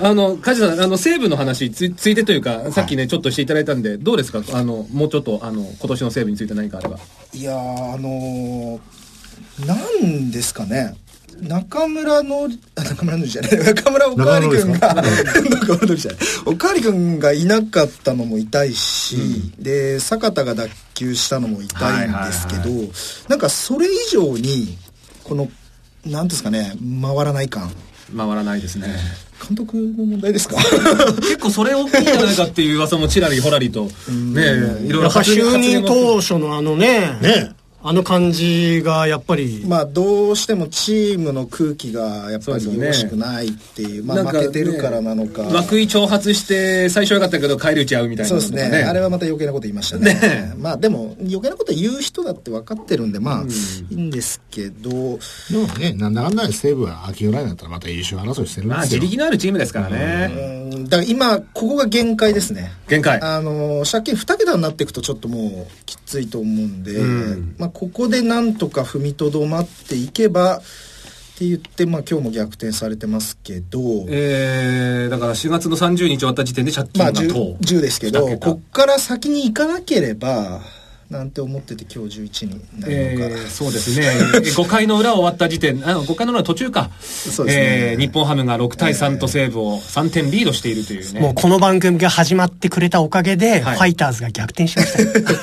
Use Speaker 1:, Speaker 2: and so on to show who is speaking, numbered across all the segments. Speaker 1: あの、梶さん、あの、西部の話、つついてというか、さっきね、ちょっとしていただいたんで、どうですかあの、もうちょっと、あの、今年の西部について何かあれば。
Speaker 2: いやーあのー、なんですかね中村のあ中村のりじゃない 中村おかわり君が 中村のりじゃないおかわり君がいなかったのも痛いし、で坂田が脱臼したのも痛いんですけど、
Speaker 3: はいは
Speaker 2: なんかそれ以上にこのなんですかね回らない感
Speaker 1: 回らないですね。
Speaker 2: 監督の問題ですか
Speaker 1: 結構それ大きいんじゃないかっていう噂もちらりほらりと、ねえ、いろいろ
Speaker 4: やっぱ
Speaker 1: 発言
Speaker 4: 就
Speaker 1: 発言
Speaker 4: 任
Speaker 1: も
Speaker 4: 当初のあのね、
Speaker 3: ね
Speaker 4: あの感じがやっぱり、
Speaker 2: まあどうしてもチームの空気がやっぱりよろしくないっていうま
Speaker 1: な
Speaker 2: あ
Speaker 1: ん
Speaker 2: 負けてるからなのか
Speaker 1: ね涌井挑発して、最初良かったけど、帰り打ち合うみたいな
Speaker 2: そう
Speaker 1: の
Speaker 2: で
Speaker 1: と
Speaker 2: す
Speaker 1: か
Speaker 2: ねあれはまた余計なこと言いましたね
Speaker 1: ね
Speaker 2: まあでも余計なこと言う人だって分かってるんでまあ、いいんですけど
Speaker 3: でもね、なんだかんだで西武は秋ぐらいになったらまた優勝争いしてるん
Speaker 1: まあ、
Speaker 3: です
Speaker 1: 自
Speaker 3: よ。
Speaker 1: 力のあるチームですからね。
Speaker 2: うんだから今ここが限界ですね
Speaker 1: 限界。
Speaker 2: あの借金2桁になっていくとちょっともうきついと思うんで、
Speaker 1: うん
Speaker 2: まあ、ここでなんとか踏みとどまっていけばって言って、まあ、今日も逆転されてますけど、
Speaker 1: えー、だから4月の30日終わった時点で借金
Speaker 2: ま
Speaker 1: がと
Speaker 2: あ 10, 10ですけど
Speaker 1: 二桁
Speaker 2: こっから先に行かなければなんて思ってて今日11にな
Speaker 1: え
Speaker 2: るのか、
Speaker 1: ーそうです ね。5回の裏終わった時点、あ5回の裏の途中か。
Speaker 2: うですね
Speaker 1: えー日本ハムが6対3と西武を3点リードしているというね。
Speaker 4: もうこの番組が始まってくれたおかげで、
Speaker 1: はい
Speaker 4: ファイターズが逆転しました よ。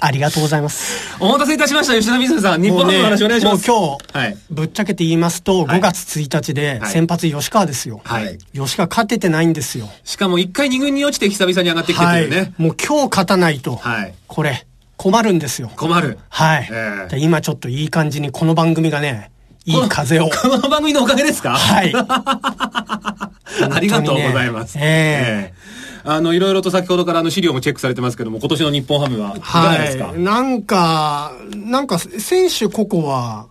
Speaker 4: ありがとうございます。
Speaker 1: お待たせいたしました、吉田水野さん。日本ハムの話お願いします。
Speaker 4: もう今日、
Speaker 1: はい。
Speaker 4: ぶっちゃけて言いますと、
Speaker 1: はい
Speaker 4: 5月1日で
Speaker 1: はい
Speaker 4: 先発吉川ですよ。
Speaker 1: はい。
Speaker 2: はい
Speaker 4: 吉川勝ててないんですよ。
Speaker 1: しかも1回2軍に落ちて久々に上がってきてと
Speaker 4: は
Speaker 1: いう
Speaker 4: い
Speaker 1: ね。。
Speaker 4: もう今日勝たないと、
Speaker 1: はい
Speaker 4: これ、困るんですよ。
Speaker 1: 困る。
Speaker 4: はい。
Speaker 1: ええ
Speaker 4: で今ちょっといい感じにこの番組がね、いい風を。
Speaker 1: この番組のおかげですか
Speaker 4: はい。
Speaker 1: ありがとうございます。
Speaker 4: 本当にね
Speaker 1: ええあの、いろいろと先ほどからあの資料もチェックされてますけども、今年の日本ハムは、いかが
Speaker 4: は
Speaker 1: です
Speaker 4: い
Speaker 1: か、。
Speaker 4: なんか、なんか、選手個々は、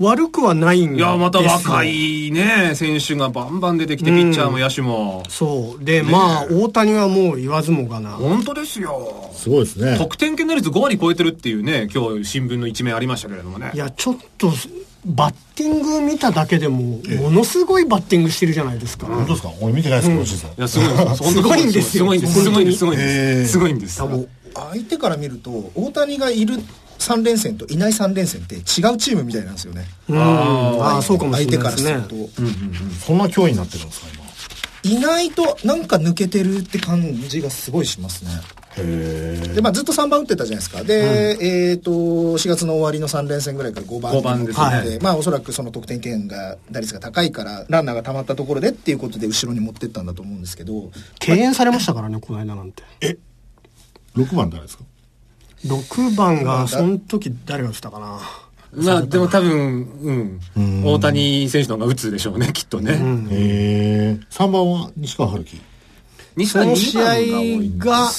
Speaker 4: 悪くはないん
Speaker 1: い
Speaker 4: ですよ。
Speaker 1: や、また若。いね、選手がバンバン出てきて、
Speaker 4: うん
Speaker 1: ピッチャーも野手も。
Speaker 4: そう。で、まあ、大谷はもう言わずもがな。
Speaker 1: 本当ですよ。
Speaker 3: すごいですね。
Speaker 1: 得点圏打率5割超えてるっていうね、今日新聞の一面ありましたけれどもね
Speaker 4: い。や、ちょっと、バッティング見ただけでも、ものすごいバッティングしてるじゃないですか。
Speaker 3: 本当ですか俺見てないです、今シーズン
Speaker 1: いや、すごいです。本当
Speaker 4: すごい んです
Speaker 1: す
Speaker 4: よ
Speaker 1: ごいんです。すごいんです。すごいん
Speaker 3: へ
Speaker 1: で
Speaker 3: え
Speaker 1: す。すごいんです。
Speaker 2: 相手から見ると大谷がいる3連戦といない3連戦って違うチームみたいなんですよね
Speaker 4: うん。
Speaker 1: あー
Speaker 4: ああ、そうかもしれないです
Speaker 2: 相
Speaker 4: ね
Speaker 2: 手。からする
Speaker 3: そんな脅威になってるんですか、今。
Speaker 2: といないとなんか抜けてるって感じがすごいしますねで、まあ、ずっと3番打ってたじゃないですかで、えっ、と4月の終わりの3連戦ぐらいから5番
Speaker 1: 五番ですね
Speaker 2: でまあおそらくその得点圏が打率が高いからランナーが溜まったところでっていうことで後ろに持ってったんだと思うんですけど
Speaker 4: 敬遠されましたからね、この間なんて。
Speaker 3: 6番誰ですか
Speaker 4: 6番が、その時誰が打ってたかな。
Speaker 1: まあ、でも多分、うん。大谷選手の方が打つでしょうね、きっとね。
Speaker 3: えー、3番は西川春樹。
Speaker 1: 西
Speaker 4: そ
Speaker 1: 谷
Speaker 4: の
Speaker 1: 二
Speaker 4: 試合
Speaker 1: 番が多い
Speaker 4: が、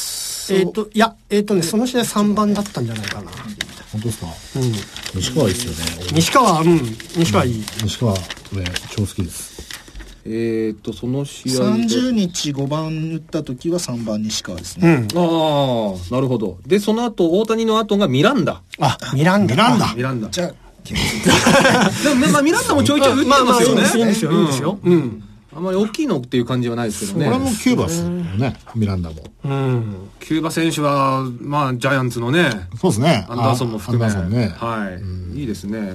Speaker 4: えっ、と、いや、えっ、とね、その試合3番だったんじゃないかな。
Speaker 3: 本当ですか西川いいっすよね。
Speaker 4: 西川、うん、西川いい。
Speaker 3: 西川、俺、超好きです。
Speaker 1: えっと、その試合で。
Speaker 2: 30日5番打った時は3番西川ですね、
Speaker 4: うん。
Speaker 1: ああ、なるほど。で、その後、大谷の後がミランダ。
Speaker 4: あ、ミランダ。ミランダ。
Speaker 1: ミランダ。
Speaker 2: じゃあ
Speaker 1: でも、まあ、ミランダもちょいちょい打って
Speaker 4: まあま
Speaker 1: ま
Speaker 4: あ、
Speaker 1: す
Speaker 4: いい
Speaker 1: よ
Speaker 4: んですよ、いいん
Speaker 1: ね。
Speaker 4: ですよ、いいんですよ。うん。
Speaker 1: あんまり大きいのっていう感じはないですけど
Speaker 3: これも
Speaker 1: ね。
Speaker 3: キューバっすよね、ミランダも。
Speaker 4: うん。
Speaker 1: キューバ選手は、まあ、ジャイアンツのね、
Speaker 3: そうですね。
Speaker 1: アンダーソンも含め。
Speaker 3: アンダーソンね。
Speaker 1: はい。いいですね。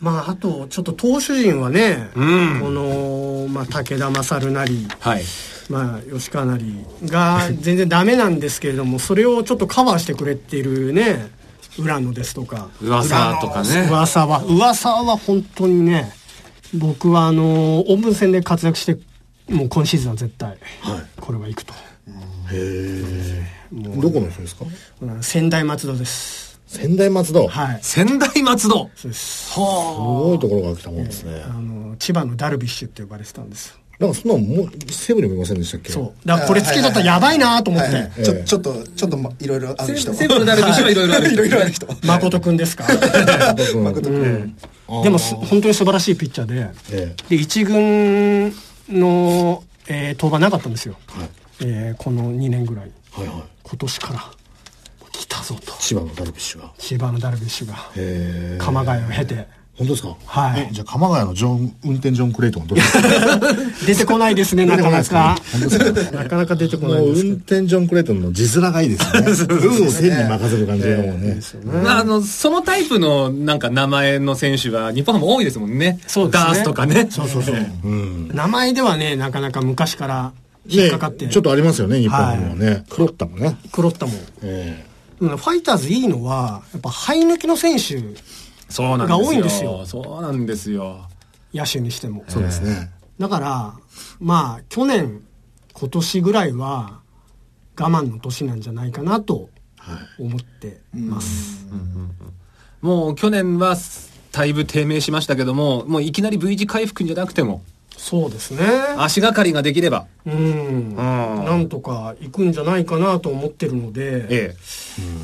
Speaker 4: まあ、あと、ちょっと投手陣はね、
Speaker 1: うん
Speaker 4: この、まあ、武田勝なり、
Speaker 1: はい。
Speaker 4: まあ、吉川なり が全然ダメなんですけれども、それをちょっとカバーしてくれているね、浦野ですとか。
Speaker 1: 噂とかね。
Speaker 4: 噂は、噂は本当にね、僕はあの、オープン戦で活躍して、もう今シーズンは絶対、これはいくと。
Speaker 3: どこの人ですか
Speaker 4: うん仙台松戸です。
Speaker 3: 仙台松戸。す
Speaker 4: はい。
Speaker 1: 仙台松戸。
Speaker 4: そうです。
Speaker 1: は
Speaker 3: ごいところが来たもんですね
Speaker 4: あ。の、千葉のダルビッシュって呼ばれてたんです。
Speaker 3: なんかそんなのもう、セブにもいませんでしたっけ
Speaker 4: そう。だからこれつけちゃったらやばいなと思って。
Speaker 2: ちょちょっとちょっとまいろいろある人
Speaker 1: あ。セブンの誰としてはいろいろある
Speaker 2: い
Speaker 1: 人
Speaker 2: ろいろあ る人
Speaker 4: 誠くんですか
Speaker 3: う。
Speaker 2: 誠君
Speaker 4: でもす本当に素晴らしいピッチャーで、
Speaker 3: え
Speaker 4: で、一軍の、えー登板なかったんですよ。えーこの2年ぐらい。
Speaker 3: はいはい。
Speaker 4: 今年から、来たぞと。
Speaker 3: 千葉のダルビッシュが。
Speaker 4: 千葉のダルビッシュが、
Speaker 3: えー
Speaker 4: 鎌ヶ谷を経て、
Speaker 2: 本当ですか
Speaker 4: はい
Speaker 2: えじゃあ、鎌ヶ谷のジョン、運転ジョン・クレイトンはどうですか
Speaker 4: 出てこないですね、なかなか。
Speaker 2: 出てこないですね本当ですか
Speaker 4: なかなか出てこ
Speaker 2: こ
Speaker 4: な
Speaker 2: の
Speaker 4: いです
Speaker 2: 運転ジョン・クレイトンの字面がいいですよ ね。運を線に任せる感じがもうね。
Speaker 1: あの、そのタイプのなんか名前の選手は日本ハム多いですもんね。
Speaker 4: そうですね
Speaker 1: ダースとかね。
Speaker 4: そうそうそう。名前ではね、なかなか昔から引っかかって、
Speaker 2: ねちょっとありますよね、日本にもね。クロッタもね。
Speaker 4: 狂ったもん。
Speaker 2: え
Speaker 4: うんファイターズいいのは、やっぱ生え抜きの選手、
Speaker 1: そうなんですよ。
Speaker 4: が多いんですよ
Speaker 1: そうなんですよ。
Speaker 4: 野手にしても。
Speaker 2: えそうですね。
Speaker 4: だから、まあ、去年、今年ぐらいは、我慢の年なんじゃないかなと思ってます。
Speaker 1: もう去年はだいぶ低迷しましたけども、もういきなり V 字回復じゃなくても、
Speaker 4: そうですね。
Speaker 1: 足がかりができれば、
Speaker 4: うん。なんとか行くんじゃないかなと思ってるので、
Speaker 1: え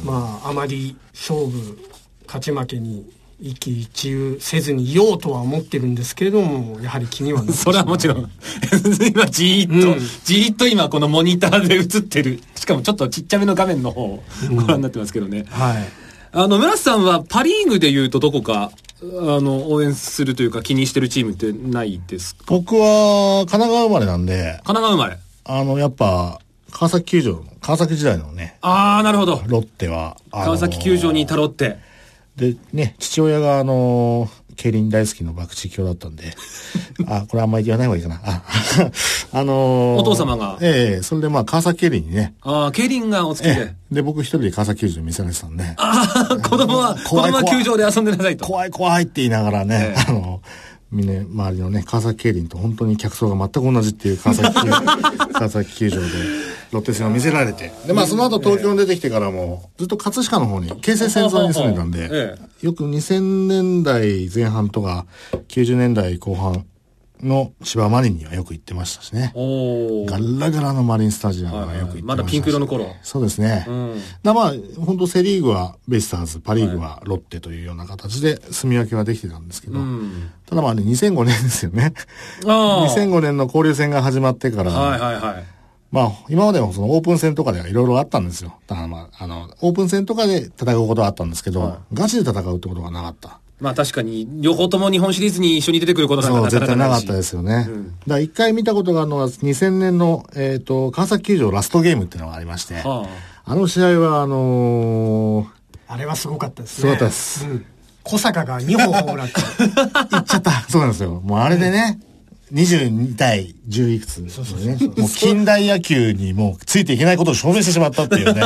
Speaker 4: まあ、あまり勝負、勝ち負けに一喜一憂せずにいようとは思ってるんですけれども、やはり気にはな
Speaker 1: え。 それはもちろん、今じーっと、
Speaker 4: うん
Speaker 1: じーっと今このモニターで映ってる、しかもちょっとちっちゃめの画面の方をご覧になってますけどね。
Speaker 4: はい。
Speaker 1: あの、村瀬さんはパリーグで言うとどこか、あの、応援するというか気にしてるチームってないですか
Speaker 2: 僕は、神奈川生まれなんで、
Speaker 1: 神奈川生まれ。
Speaker 2: あの、やっぱ、川崎球場の、川崎時代のね、
Speaker 1: ああ、なるほど。
Speaker 2: ロッテは、あの
Speaker 1: 川崎球場にいたロッテ。
Speaker 2: で、ね、父親が、あのー、競輪大好きの博打教だったん で、あ、これあんまり言わない方がいいかな。あ、 あのー
Speaker 1: お父様が
Speaker 2: ええそれでまあ、川崎競輪にね、
Speaker 1: ああ、競輪がお好きで
Speaker 2: え。 えで、僕一人で川崎球場見せられてたんで、
Speaker 1: ああ、 子供は、子
Speaker 2: 怖い
Speaker 1: 供は
Speaker 2: 怖
Speaker 1: 球
Speaker 2: い
Speaker 1: 場で遊んでなさいと。
Speaker 2: 怖い怖いって言いながらね、
Speaker 1: ええ
Speaker 2: あの、みんな、周りのね、川崎競輪と本当に客層が全く同じっていう川崎 球川崎球場で、ロッテ戦を見せられて。で、まあその後東京に出てきてからも、ずっと葛飾の方に、京成線沿いに住んでたんで、
Speaker 1: え
Speaker 2: よく2000年代前半とか、90年代後半の千葉マリンにはよく行ってましたしね。
Speaker 1: お
Speaker 2: ガ
Speaker 1: ー
Speaker 2: ラガラのマリンスタジアムはよく行ってましたし、
Speaker 1: まだピンク色の頃。
Speaker 2: そうですね。
Speaker 1: うん。
Speaker 2: だまあ、本当セ・リーグはベイスターズ、パ・リーグはロッテというような形で住み分けはできてたんですけど、
Speaker 1: うん。
Speaker 2: ただまあね、2005年ですよね。
Speaker 1: ああ。
Speaker 2: 2005年の交流戦が始まってから、
Speaker 1: はいはいはい。
Speaker 2: まあ、今までもそのオープン戦とかではいろいろあったんですよ。ただまあ、あの、オープン戦とかで戦うことはあったんですけど、ガチで戦うってことがなかった。
Speaker 1: まあ確かに、両方とも日本シリーズに一緒に出てくることなん
Speaker 2: そ
Speaker 1: か
Speaker 2: う、
Speaker 1: なか
Speaker 2: 絶
Speaker 1: なか
Speaker 2: 対な
Speaker 1: な
Speaker 2: か
Speaker 1: い
Speaker 2: っ
Speaker 1: した
Speaker 2: ですよね。
Speaker 1: うん
Speaker 2: だから一回見たことがあるのは2000年の、えっ、と、川崎球場ラストゲームっていうのがありまして、
Speaker 1: は
Speaker 2: あの試合はあのー
Speaker 4: あれはすごかったですね。
Speaker 2: すごかったです
Speaker 4: うん小坂が2本ホー ムラン打って。
Speaker 2: 行っちゃった。そうなんですよ。もうあれでね、22対10いくつ、ね。もう近代野球にもうついていけないことを証明してしまったって いうね。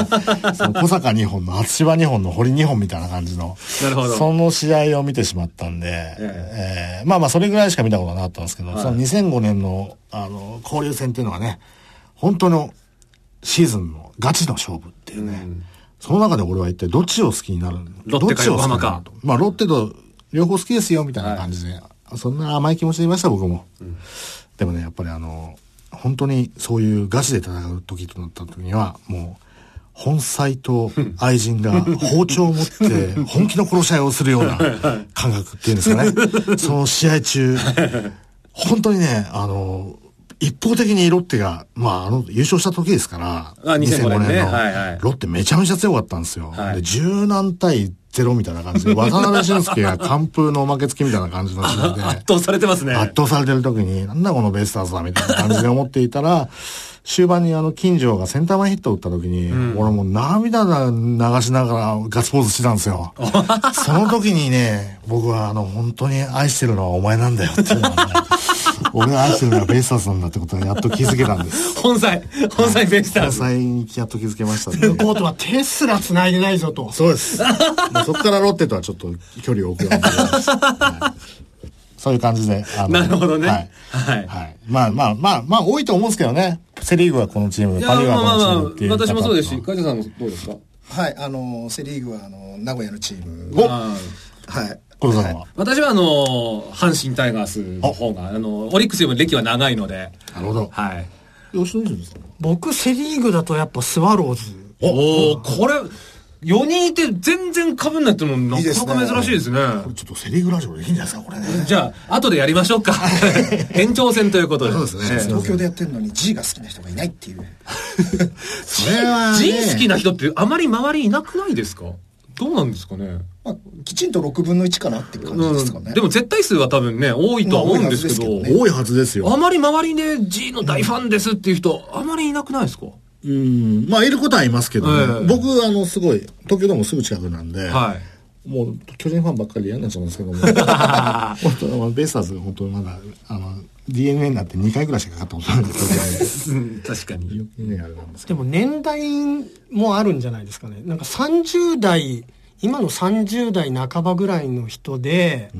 Speaker 2: その小坂2本の厚芝2本の堀2本みたいな感じの。
Speaker 1: なるほど
Speaker 2: その試合を見てしまったんで、えーまあまあそれぐらいしか見たことがなかったんですけど、その2005年の、あの、交流戦っていうのはね、本当のシーズンのガチの勝負っていうね。その中で俺は一体どっちを好きになるの
Speaker 1: ロッテか横浜か
Speaker 2: どっちを好きになるのまあロッテと両方好きですよみたいな感じで、そんな甘い気持ちでいました僕も、でもねやっぱりあの本当にそういうガチで戦う時となった時にはもう本妻と愛人が包丁を持って本気の殺し合いをするような感覚っていうんですかね。その試合中、本当にね、あの、一方的にロッテが、まあ、あの、優勝した時ですから、
Speaker 1: あ2005年ね
Speaker 2: の
Speaker 1: はいはい
Speaker 2: ロッテめちゃめちゃ強かったんですよ。
Speaker 1: はい
Speaker 2: で、十何対ゼロみたいな感じ で、渡辺俊介が完封のおまけ付きみたいな感じの試合で
Speaker 1: あ、圧倒されてますね。
Speaker 2: 圧倒されてる時に、なんだこのベイスターズはみたいな感じで思っていたら、終盤にあの、金城がセンター前ヒットを打った時に、俺もう涙流しながらガッツポーズしてたんです よ。その時にね、僕はあの、本当に愛してるのはお前なんだよっていうのはね、俺が愛してるのはベイスターズなんだってことにやっと気づけたん です。
Speaker 1: 本妻、本妻ベイスター
Speaker 2: 交
Speaker 1: ズ。
Speaker 2: 際にやっと気づけました
Speaker 4: フル
Speaker 2: ね。
Speaker 4: コートは手すら繋いでないぞと。
Speaker 2: そ うです。もうそこからロッテとはちょっと距離を置くようになりましたはいそういう感じで。あの
Speaker 1: なるほどね。
Speaker 2: はい
Speaker 1: はい。
Speaker 2: はい。まあまあまあ、まあ多いと思うんですけどね。セリーグはこのチーム、
Speaker 1: いや、
Speaker 2: パ
Speaker 1: ま
Speaker 2: リ
Speaker 1: あ
Speaker 2: ーグ
Speaker 1: まあ
Speaker 2: は
Speaker 1: ま
Speaker 2: こ
Speaker 1: あ
Speaker 2: のチームっていう、
Speaker 1: 私もそうですし、
Speaker 2: パターンは
Speaker 1: 会社さんもどうですか
Speaker 5: はいあのセ・リーグはあの名古屋のチーム
Speaker 2: お
Speaker 1: あー
Speaker 5: はい
Speaker 2: 黒田さんは。
Speaker 1: 私はあのー、阪神タイガースの方が、あのー、オリックスよりも歴は長いので、
Speaker 2: なるほど。
Speaker 1: はい。
Speaker 2: 吉野ですか
Speaker 4: 僕、セリーグだとやっぱスワローズ。
Speaker 1: おおーこれ、4人いて全然被んないってのもない
Speaker 5: いで
Speaker 1: か
Speaker 5: すね
Speaker 1: なか珍しいですね。
Speaker 2: これちょっとセリーグラジオできるんじゃないですか、これね。
Speaker 1: じゃあ、後でやりましょうか。延長戦ということで。
Speaker 2: そうですね
Speaker 1: ええ
Speaker 5: 東京でやってるのに G が好きな人がいないっていう
Speaker 2: それはね
Speaker 1: G 好きな人ってあまり周りいなくないですかどうなんですかね
Speaker 5: ままあ、きちんと6分の1かなっていう感じですかね。
Speaker 1: うんでも絶対数は多分ね、多いとは思うんですけ
Speaker 5: まあ多い
Speaker 1: ど、
Speaker 5: はずですけどね
Speaker 2: 多いはずです
Speaker 1: あ
Speaker 2: よ。
Speaker 1: まり周りで G の大ファンですっていう人、あまりいなくないですか
Speaker 2: うん。まあ、いることはいますけど
Speaker 1: え
Speaker 2: ね。
Speaker 1: え
Speaker 2: 僕、あの、すごい、東京ドームすぐ近くなんで、
Speaker 1: はい。
Speaker 2: もう、巨人ファンばっかり嫌になっちゃうんですけども。本当まあベイスターズが本当まだ、あの、DNA になって2回ぐらいしか勝ったことないんです
Speaker 1: うん、確か
Speaker 2: けど、
Speaker 1: に。
Speaker 2: 余計にあれなんですけ
Speaker 4: でも年代もあるんじゃないですかね。なんか30代、今の30代半ばぐらいの人で、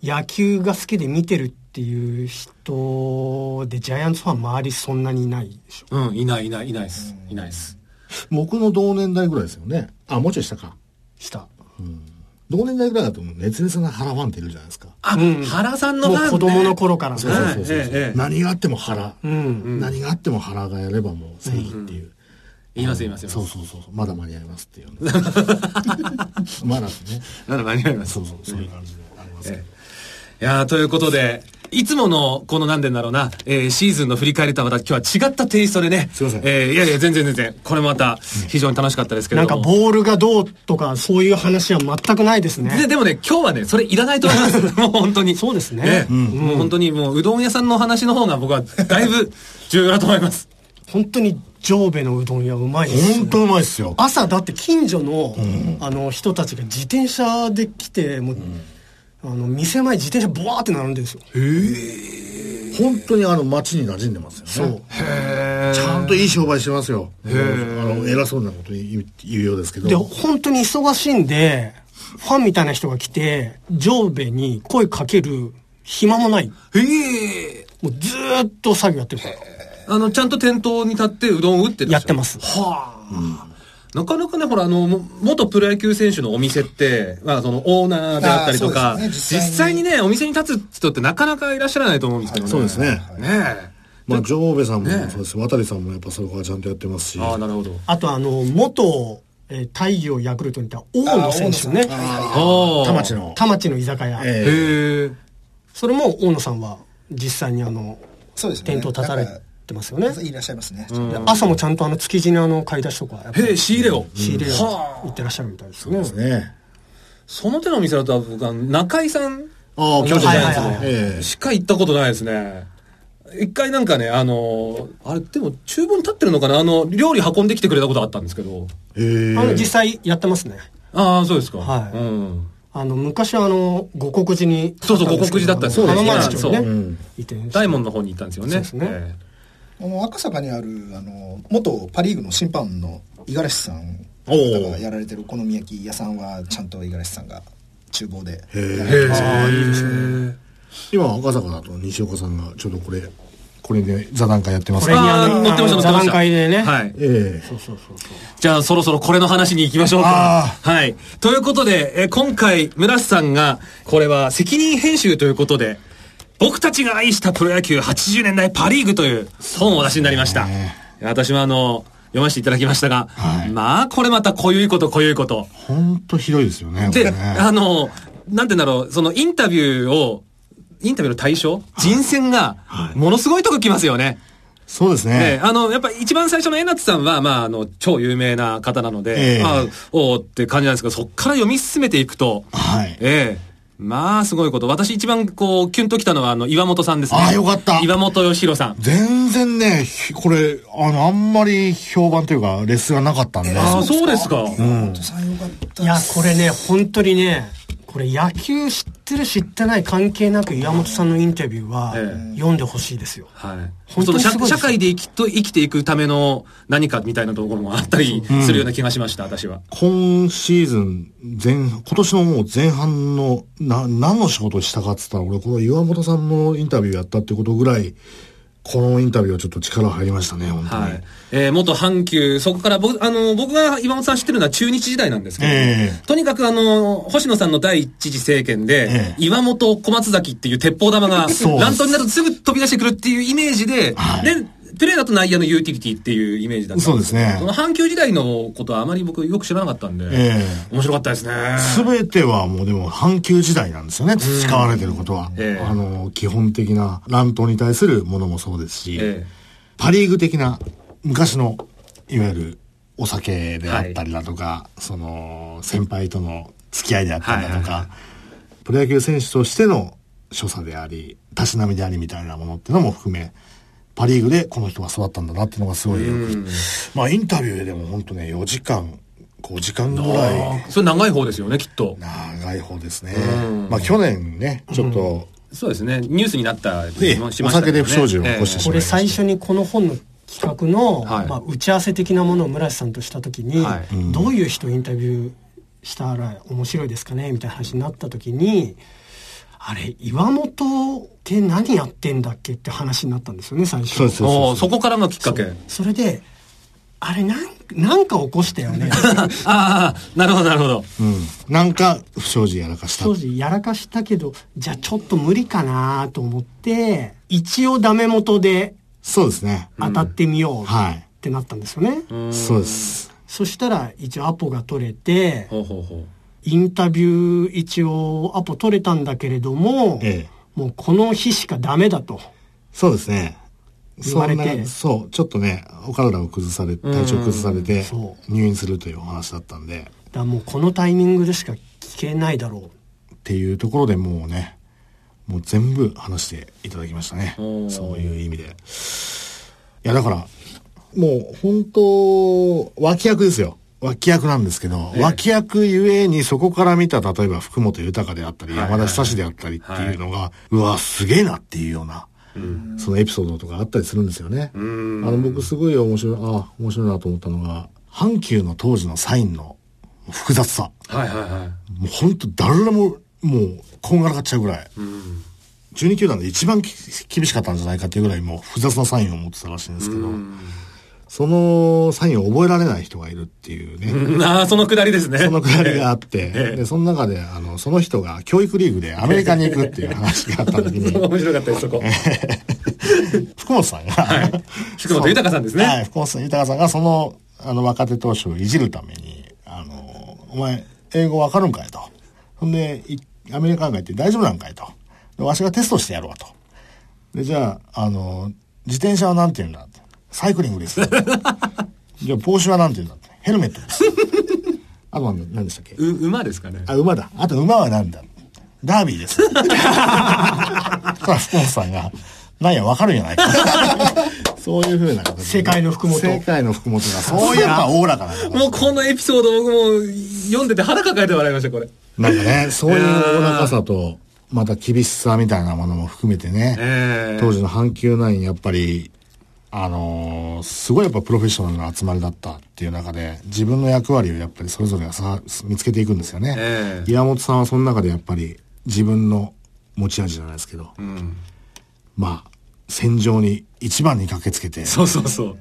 Speaker 4: 野球が好きで見てるっていう人で、ジャイアンツファン周りそんなにいないでしょ。
Speaker 1: うん、いないいないいないです。いないです。
Speaker 2: ど。僕の同年代ぐらいですよね。あ、もうちょい下か。
Speaker 4: した。
Speaker 2: 同年代ぐらいだともう熱烈な原ファンっているじゃないですか。
Speaker 1: あ、原さんの
Speaker 4: も
Speaker 1: ファ
Speaker 4: う
Speaker 1: ン、ね、
Speaker 4: 子供の頃からの。
Speaker 2: そうそうそうそう、
Speaker 1: ええええ
Speaker 2: 何があっても腹、
Speaker 4: うん。
Speaker 2: 何があっても腹がやればもう正義っていう、
Speaker 1: いますいますいます
Speaker 2: そうそうそうまだ間に合いますっていうまだね
Speaker 1: なら間に合います。
Speaker 2: そうそうそういう感じでありますけど、
Speaker 1: いやーということで、いつもの、このなんでだろうな、えーシーズンの振り返りとはまた今日は違ったテイストでね。
Speaker 2: すいません
Speaker 1: えーいやいや、全然全然。これまた、非常に楽しかったですけれ
Speaker 4: なん
Speaker 1: ど
Speaker 4: か
Speaker 1: も。
Speaker 4: ボールがどうとかそういう話は全くないです
Speaker 1: で
Speaker 4: ね。
Speaker 1: でもね、今日はね、それいらないと思います。 もう本当に。
Speaker 4: そうですね
Speaker 1: ええもう本当に、もううどん屋さんの話の方が僕はだいぶ重要だと思います。
Speaker 4: 本当に上下のうどん屋うまいですね。
Speaker 2: 本当うまいっすよ
Speaker 4: 朝だって近所の,、あの人たちが自転車で来てもう、あの店前自転車ボワーって並んでるんですよ
Speaker 2: 本当にあの街に馴染んでますよねちゃんといい商売してますよあの偉そうなこと言う言うようですけど
Speaker 4: で本当に忙しいんでファンみたいな人が来て上下に声かける暇もない
Speaker 1: ええ
Speaker 4: もうずーっと作業やってるから
Speaker 1: あの、ちゃんと店頭に立ってうどんを打ってらしゃる
Speaker 4: やってます
Speaker 1: はあ。なかなかね、ほら、あの、も元プロ野球選手のお店って、まあ、その、オーナーであったりとか、
Speaker 5: あーそう
Speaker 1: 実
Speaker 5: ですね
Speaker 1: 際にね、お店に立つ人ってなかなかいらっしゃらないと思うんですけどね。
Speaker 2: そうですね、
Speaker 1: ね
Speaker 2: まあ上部さんもそうです、渡さんもやっぱそこはちゃんとやってますし
Speaker 1: ああ、なるほど。
Speaker 4: あとあの元、えー太陽ヤクルトにいた大野選手ね
Speaker 5: あー大野さんはいはい
Speaker 1: ああ。
Speaker 2: 田町の
Speaker 4: 田町の居酒屋、
Speaker 2: ええ
Speaker 1: へえ。
Speaker 4: それも大野さんは実際にあの
Speaker 5: そうですね。
Speaker 4: 店頭立たれてますよね
Speaker 5: なんかいらっしゃいますね。
Speaker 4: で朝もちゃんとあの築地にあの買い出しとかやっぱ
Speaker 1: へえ、
Speaker 4: り
Speaker 1: 仕入れを。
Speaker 4: 仕入れを
Speaker 1: は
Speaker 4: 行ってらっしゃるみたいです
Speaker 2: そう
Speaker 4: ね
Speaker 2: ですね
Speaker 1: あ。その手のお店だと、僕、あの中井さん。
Speaker 2: ああ巨人
Speaker 1: は
Speaker 2: さ
Speaker 1: い
Speaker 2: ん
Speaker 1: はい
Speaker 4: は
Speaker 1: は
Speaker 4: い
Speaker 1: い
Speaker 2: ええ
Speaker 1: しか行ったことないですね。一回なんかね、あの、あれ、でも、厨房に立ってるのかなあの、料理運んできてくれたことあったんですけど。
Speaker 2: ええ
Speaker 4: あの実際やってますね
Speaker 1: ああ、そうですか。
Speaker 4: は
Speaker 1: う
Speaker 4: い
Speaker 1: ん。
Speaker 4: あの昔はあの五国寺に
Speaker 1: そうそう五国寺だったんです
Speaker 4: よ
Speaker 1: そうです
Speaker 4: 浜
Speaker 1: ね
Speaker 4: 松町に
Speaker 1: そうう
Speaker 4: ね移転して
Speaker 1: 大門の方に行ったんですよね。
Speaker 4: そうですね
Speaker 1: え
Speaker 5: あの赤坂にあるあの元パ・リーグの審判の五十嵐さん
Speaker 2: おー
Speaker 5: がやられてるお好み焼き屋さんはちゃんと五十嵐さんが厨房で
Speaker 2: へえ
Speaker 4: ああいいですね
Speaker 2: 今赤坂だと西岡さんがちょうどこれこれで座談会やってます
Speaker 4: こ
Speaker 2: か
Speaker 4: れ
Speaker 2: ら
Speaker 4: に
Speaker 1: あ
Speaker 4: あ
Speaker 1: ー
Speaker 4: の
Speaker 1: 乗ってました乗ってました
Speaker 4: 座談会でね
Speaker 1: はい。
Speaker 2: ええ
Speaker 4: そうそうそうそう
Speaker 1: じゃあそろそろこれの話に行きましょうか。はい。ということで、えー今回、村瀬さんが、これは責任編集ということで、僕たちが愛したプロ野球80年代パリーグという本をお出しになりました。私もあの、読ませていただきましたが、
Speaker 2: はい
Speaker 1: まあ、これまた濃ゆいこと濃ゆいこと。
Speaker 2: ほんとひどいですよねこ
Speaker 1: で、
Speaker 2: れね
Speaker 1: あの、なんて言うんだろう、そのインタビューを、インタビューの対象人選が、ものすごいとこ来ますよね。
Speaker 2: そうです
Speaker 1: ええ
Speaker 2: ね
Speaker 1: あの、やっぱ一番最初の江夏さんは、まあ、あの、超有名な方なの
Speaker 2: え
Speaker 1: で、
Speaker 2: え
Speaker 1: まあ、おーって感じなんですけど、そっから読み進めていくと、
Speaker 2: はい
Speaker 1: ええまあ、すごいこと。私一番、こう、キュンときたのは、あの、岩本さんですね。
Speaker 2: ああよかった
Speaker 1: 岩本義弘さん。
Speaker 2: 全然ねひこれあのあんまり評判というかレスがなかったんで
Speaker 1: ああ、そうですか。
Speaker 5: 本当さんよかった
Speaker 4: いやこれね本当にねこれ野球知ってる知ってない関係なく岩本さんのインタビューは
Speaker 1: え
Speaker 4: 読んでほしいですよ
Speaker 1: はい。
Speaker 4: 本当にすごいです
Speaker 1: その社社会で生きと、生きていくための何かみたいなところもあったりするような気がしました、私は。
Speaker 2: 今シーズン前今年のもう前半のな何の仕事をしたかっつったら俺この岩本さんのインタビューやったってことぐらいこのインタビューはちょっと力入りましたね本当に、
Speaker 1: はい。えー元阪急、そこから僕、あの、僕が岩本さん知ってるのは中日時代なんですけど、
Speaker 2: ええ
Speaker 1: とにかくあの、星野さんの第一次政権で
Speaker 2: ええ、
Speaker 1: 岩本小松崎っていう鉄砲玉が
Speaker 2: そう、
Speaker 1: 乱闘になるとすぐ飛び出してくるっていうイメージで、
Speaker 2: はい
Speaker 1: で、プレーだと内野のユーティリティっていうイメージだったん
Speaker 2: そうですね
Speaker 1: その阪急時代のことはあまり僕よく知らなかったんで、
Speaker 2: ええ
Speaker 1: 面白かったですね。
Speaker 2: 全てはもうでも阪急時代なんですよね培われてることは、
Speaker 1: ええ
Speaker 2: あの基本的な乱闘に対するものもそうですし、
Speaker 1: ええ
Speaker 2: パ・リーグ的な昔のいわゆるお酒であったりだとか、その先輩との付き合いであったんだとか、プロ野球選手としての所作であり、たしなみでありみたいなものっていうのも含め、パリーグでこの人は育ったんだなっていうのがすごいよく、まあインタビューででも本当ね、4時間、5時間ぐらい、
Speaker 1: それ長い方ですよね、きっと。
Speaker 2: 長い方ですね。まあ去年ね、ちょっと、
Speaker 1: そうですね。ニュースになった
Speaker 2: ね
Speaker 1: りもし
Speaker 2: お
Speaker 1: ました
Speaker 2: 酒
Speaker 1: けどね。
Speaker 2: で不祥事を起こしてしまい
Speaker 4: こ
Speaker 2: ま
Speaker 4: れ
Speaker 2: した
Speaker 4: 最初にこの本の企画の、
Speaker 1: はい
Speaker 4: まあ、打ち合わせ的なものを村瀬さんとした時に、
Speaker 1: はい
Speaker 4: どういう人をインタビューしたら面白いですかねみたいな話になった時にあれ岩本って何やってんだっけって話になったんですよね最初
Speaker 2: そうです
Speaker 1: ええ
Speaker 2: そう
Speaker 1: おーそこからのきっかけ。
Speaker 4: それであれなんなんか起こしたよ ね
Speaker 1: ああ、なるほど、なるほど。
Speaker 2: うん。なんか不祥事やらかした
Speaker 4: 当。時やらかしたけどじゃあちょっと無理かなと思って一応ダメ元で
Speaker 2: そうですね。
Speaker 4: 当たってみよう
Speaker 2: は
Speaker 4: っ
Speaker 2: い。
Speaker 4: てなったんですよね、
Speaker 2: そうです。
Speaker 4: そしたら一応アポが取れて、
Speaker 1: ほうほうほう。
Speaker 4: インタビュー一応アポ取れたんだけれども、
Speaker 2: ええ
Speaker 4: もうこの日しかダメだと。
Speaker 2: そうですね。
Speaker 4: 言われて
Speaker 2: そんなそう、ちょっとね、お体を崩され、体調崩されて
Speaker 4: そ、
Speaker 2: 入院するというお話だったんで、
Speaker 4: だからもうこのタイミングでしか聞けないだろ
Speaker 2: っていうところでもうね、もう全部話していただきましたね
Speaker 1: おー。
Speaker 2: そういう意味で。いや、だから、もう本当、脇役ですよ。脇役なんですけど、脇役ゆえにそこから見た、例えば福本豊であったり、
Speaker 1: はいはい
Speaker 2: 山田久志であったりっていうのが、うわ、すげえなっていうような、そのエピソードとかあったりするんですよね。あの、僕すごい面白い、あ、面白いなと思ったのが、阪急の当時のサインの複雑さ。
Speaker 1: はいはいは
Speaker 2: もう本当誰ももうこんがらがっちゃうぐらい、12球団で一番き厳しかったんじゃないかっていうぐらいもう複雑なサインを持ってたらしいんですけど、そのサインを覚えられない人がいるっていうね、
Speaker 1: い。ああ、そのくだりですね。
Speaker 2: そのくだりがあ って、でその中であのその人が教育リーグでアメリカに行くっていう話があった時
Speaker 1: そう
Speaker 2: に
Speaker 1: 面白かったです、そこ。
Speaker 2: 福本さんが、
Speaker 1: 福本豊さんですね
Speaker 2: はい、福本さん豊さんがそのあの若手投手をいじるために「あのお前英語わかるんかい?」と「ほんでいアメリカン街って大丈夫なんかい?」とで「わしがテストしてやるわ」と「でじゃああの自転車は何て言うんだ?」って「サイクリン グです」じゃあ帽子は何て言うんだ?」って「ヘルメットです」あとなんだ何でしたっけ
Speaker 1: う、馬ですかね。
Speaker 2: あ、馬だ。あと馬はなんだダービー です。そら福本さんが、なんや、わかるんじゃないか。 そういうふうな形で
Speaker 4: 世界の福本
Speaker 2: 世界の福本が、そういうやっぱおおらかな方。
Speaker 1: もうこのエピソード僕もう読んでて腹抱えて笑いました、これ。
Speaker 2: なんかね、そういうおおらかさと、また厳しさみたいなものも含めてね、
Speaker 1: ええ
Speaker 2: 当時の阪急ナインやっぱり、あのーすごいやっぱプロフェッショナルな集まりだったっていう中で、自分の役割をやっぱりそれぞれがさ見つけていくんですよね。
Speaker 1: ええ
Speaker 2: 岩本さんはその中でやっぱり自分の持ち味じゃないですけど、
Speaker 1: うん。
Speaker 2: まあ、戦場に一番に駆けつけて、
Speaker 1: そうそうそう。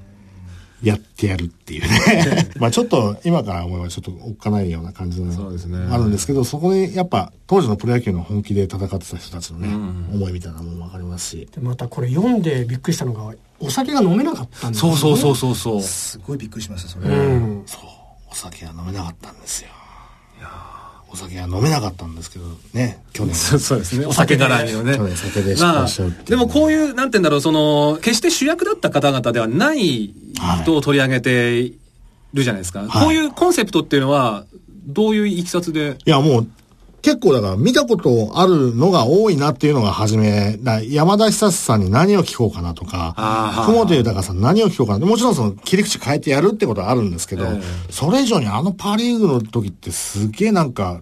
Speaker 2: やってやるっていう ね。まあちょっと今から思えばちょっとおっかないような感じの
Speaker 1: そうですね
Speaker 2: あるんですけど、そこにやっぱ当時のプロ野球の本気で戦ってた人たちのね、思いみたいなものもわかりますし
Speaker 4: う。、でまたこれ読んでびっくりしたのがお酒が飲めなかったんですよ
Speaker 1: そ
Speaker 4: ね
Speaker 1: うそうそうそうそう。
Speaker 5: すごいびっくりしましたそれ、
Speaker 4: うん、
Speaker 2: そう、お酒は飲めなかったんですよ。お酒は飲めなかったんですけどね、去年。
Speaker 1: そうそうですね。お酒絡みのね。
Speaker 2: そうです酒で失
Speaker 1: ま
Speaker 2: 敗
Speaker 1: あ
Speaker 2: しちゃうっていう、
Speaker 1: でもこういう、なんて言うんだろう、その、決して主役だった方々ではない
Speaker 2: はい
Speaker 1: 人を取り上げているじゃないですか。
Speaker 2: はい
Speaker 1: こういうコンセプトっていうのは、どういういきさつで、
Speaker 2: いや、もう、結構だから見たことあるのが多いなっていうのが初め、だ山田久志さんに何を聞こうかなと
Speaker 1: あー
Speaker 2: か、福本豊さんに何を聞こうかな。もちろんその切り口変えてやるってことはあるんですけど、
Speaker 1: え
Speaker 2: それ以上にあのパリーグの時ってすげえなんか、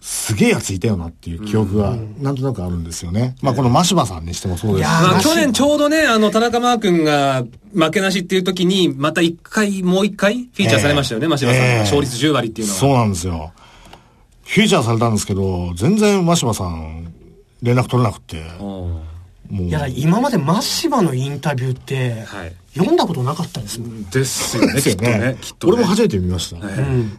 Speaker 2: すげえやついたよなっていう記憶がなんとなくあるんですよね。まあこの真柴さんにしてもそうですし
Speaker 4: いやー
Speaker 1: まあ、
Speaker 4: らしい
Speaker 1: 去年ちょうどね、あの、田中マー君が負けなしっていう時に、また一回、もう一回、フィーチャーされましたよね、
Speaker 2: ええ
Speaker 1: 真柴さん
Speaker 2: ええ
Speaker 1: が。勝率10割っていうのは。
Speaker 2: そうなんですよ。フィーチャーされたんですけど、全然真柴さん連絡取れなくて、
Speaker 1: うん
Speaker 2: もう
Speaker 4: いや今まで真柴のインタビューって、
Speaker 1: はい
Speaker 4: 読んだことなかったですもん、
Speaker 1: ですよね、
Speaker 2: です
Speaker 1: き
Speaker 2: よ
Speaker 1: っとね
Speaker 2: ね。。
Speaker 1: きっとね
Speaker 2: 俺も初めて見ました。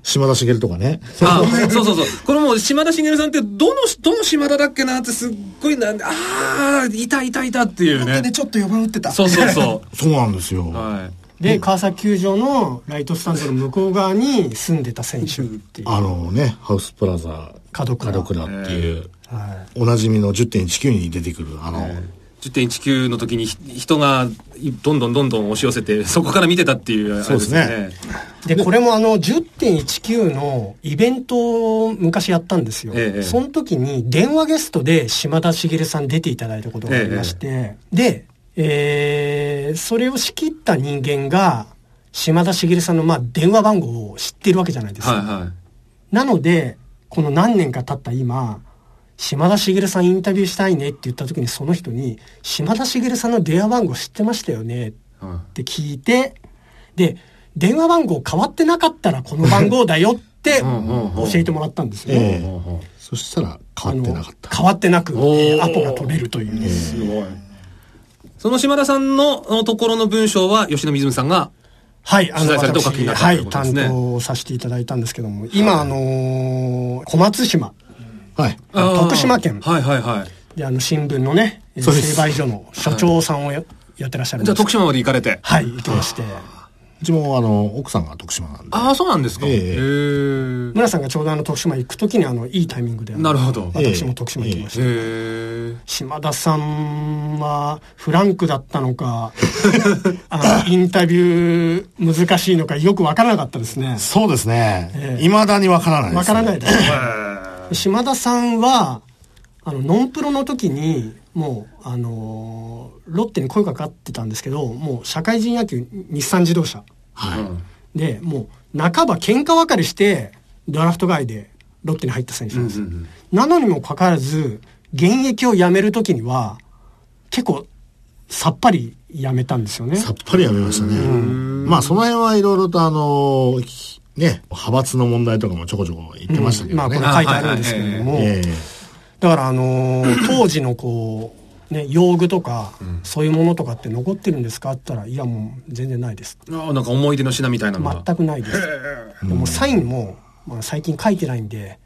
Speaker 2: 島田茂とかね。
Speaker 1: あ、そうそうそう。これもう島田茂さんって、どの、どの島田だっけなってすっごいなんで、ああ、いたいたいたっていう
Speaker 5: だけ
Speaker 1: ね
Speaker 5: で。ちょっと4番打ってた
Speaker 1: そうそうそ
Speaker 2: そうなんですよ。
Speaker 1: う。はい。
Speaker 4: で川崎球場のライトスタンドの向こう側に住んでた選手っていう、
Speaker 2: あのね、ハウスプラザ、
Speaker 4: 角倉
Speaker 2: っていう、
Speaker 4: はい
Speaker 2: おなじみの10.19に出てくる、あの、
Speaker 1: 10.19の時にひ人がいどんどんどんどん押し寄せて、そこから見てたっていう、あれ
Speaker 2: そうですね
Speaker 1: ですよね
Speaker 4: でこれもあの10.19のイベントを昔やったんですよ、
Speaker 1: ええ
Speaker 4: その時に電話ゲストで島田茂さん出ていただいたことがありまして、で、えーそれを仕切った人間が島田茂さんのまあ電話番号を知ってるわけじゃないですか、
Speaker 1: はいはい。
Speaker 4: なのでこの何年か経った今島田茂さんインタビューしたいねって言った時にその人に「島田茂さんの電話番号知ってましたよね」って聞いてで電話番号変わってなかったらこの番号だよって
Speaker 1: んうんう
Speaker 4: 教
Speaker 1: ん
Speaker 4: えてもらったんです
Speaker 2: え
Speaker 4: ね。
Speaker 2: えそしたら変わってなかった
Speaker 4: あの変わってなく
Speaker 1: おー
Speaker 4: アポが取れるという、
Speaker 1: すごい。その島田さんののところの文章は、吉野水さんが、
Speaker 4: はい、あ
Speaker 1: 取
Speaker 4: の、
Speaker 1: 材されてお書きになった
Speaker 4: は
Speaker 1: という
Speaker 4: い、
Speaker 1: ことです
Speaker 4: 担
Speaker 1: ね
Speaker 4: 当させていただいたんですけども、今、あのー小松島、
Speaker 2: はい
Speaker 4: あ徳島県
Speaker 1: はいはいはい。
Speaker 4: であの新聞のね、えー
Speaker 2: そうです
Speaker 4: 成敗所の所長さんをや,、ってらっしゃるん
Speaker 1: じゃあ
Speaker 4: ですけど
Speaker 1: 徳島まで行かれて。
Speaker 4: はい、行きまして。
Speaker 2: うちもあの奥さんが徳島なんで
Speaker 1: ああ、そうなんですか。
Speaker 2: ええ
Speaker 1: へー
Speaker 4: 村さんがちょうどあの徳島行くときにあのいいタイミングであの
Speaker 1: なるほど
Speaker 4: 私も徳島行きました、
Speaker 1: へえ。
Speaker 4: 島田さんはフランクだったのか あのインタビュー難しいのかよくわからなかったですね
Speaker 2: そうですね
Speaker 4: ええ
Speaker 2: いま、未だにわからないです
Speaker 4: わからない
Speaker 2: で
Speaker 4: です島田さんはあのノンプロの時にもうあのーロッテに声がかかってたんですけどもう社会人野球日産自動車
Speaker 2: はい、
Speaker 4: でもう半ば喧嘩別れしてドラフト外でロッテに入った選手なんです、なのにもかかわらず現役を辞める時には結構さっぱり辞めたんですよね
Speaker 2: さっぱりやめましたね。まあ、その辺はいろいろと、あの、きね、派閥の問題とかもちょこちょこ言ってましたけ
Speaker 4: ま
Speaker 2: ど
Speaker 4: あこ
Speaker 2: ね。
Speaker 4: れ書いてあるんですけれども、
Speaker 2: え
Speaker 4: だからあのー当時のこうね用具とか、そういうものとかって残ってるんですかって言ったらいやもう全然ないです
Speaker 1: ああ、なんか思い出の品みたいなのが。
Speaker 4: 全くないです。でもサインも、まあ、最近書いてないんで、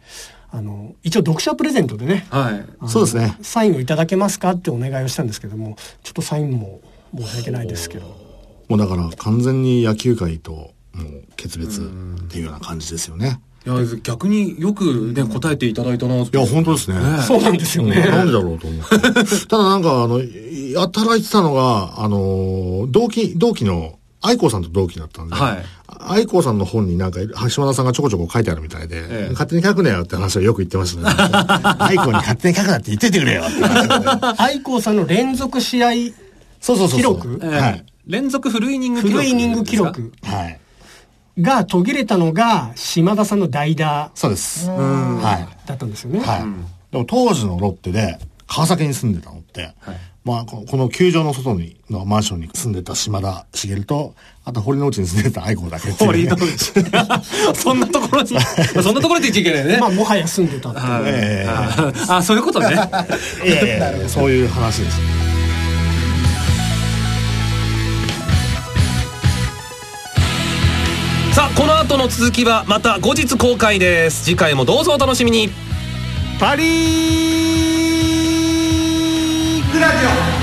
Speaker 4: あの、一応読者プレゼントでね、
Speaker 1: はい。
Speaker 2: えそうですね。
Speaker 4: サインをいただけますかってお願いをしたんですけども、ちょっとサインも申し訳ないですけど。
Speaker 2: もうだから完全に野球界と、もう決別っていうような感じですよね。
Speaker 1: いや、逆によくね、答えていただいたな。い
Speaker 2: いや、本当ですね。
Speaker 4: そうなんですよ
Speaker 2: うん
Speaker 4: ね。
Speaker 2: なんでだろうと思って。ただなんか、あの、いやたら言ってたのが、あの、同期、同期の、愛子さんと同期だったんで、
Speaker 1: はい
Speaker 2: 愛子さんの本になんか、橋田さんがちょこちょこ書いてあるみたいで、
Speaker 1: ええ
Speaker 2: 勝手に書くなよって話をよく言ってま したね。愛子に勝手に書くなって言っててくれよって話をね
Speaker 4: 愛子さんの連続試合、
Speaker 2: そうそうそうそう。
Speaker 4: 記録
Speaker 1: ええ
Speaker 2: はい。
Speaker 1: 連続フルイニング記
Speaker 4: フ
Speaker 1: 録。
Speaker 4: ルイニング記録
Speaker 2: はい。
Speaker 4: が途切れたのが、島田さんの代打
Speaker 2: そうです。はい。
Speaker 4: だったんですよね。
Speaker 2: はい。でも当時のロッテで、川崎に住んでたのって、まあ、ここの球場の外に、のマンションに住んでた島田茂と、あと堀之内に住んでた愛子だけっていうね
Speaker 1: 堀之 内 そんなところ に、そんなところで言っちゃいけないよね。
Speaker 4: まあ、もはや住んでたっていう
Speaker 1: はい
Speaker 2: ええ
Speaker 1: ああ、そういうことね。
Speaker 2: いやいやいやそういう話です。
Speaker 1: さあ、この後の続きはまた後日公開です。次回もどうぞお楽しみに。
Speaker 5: パリーグラディオ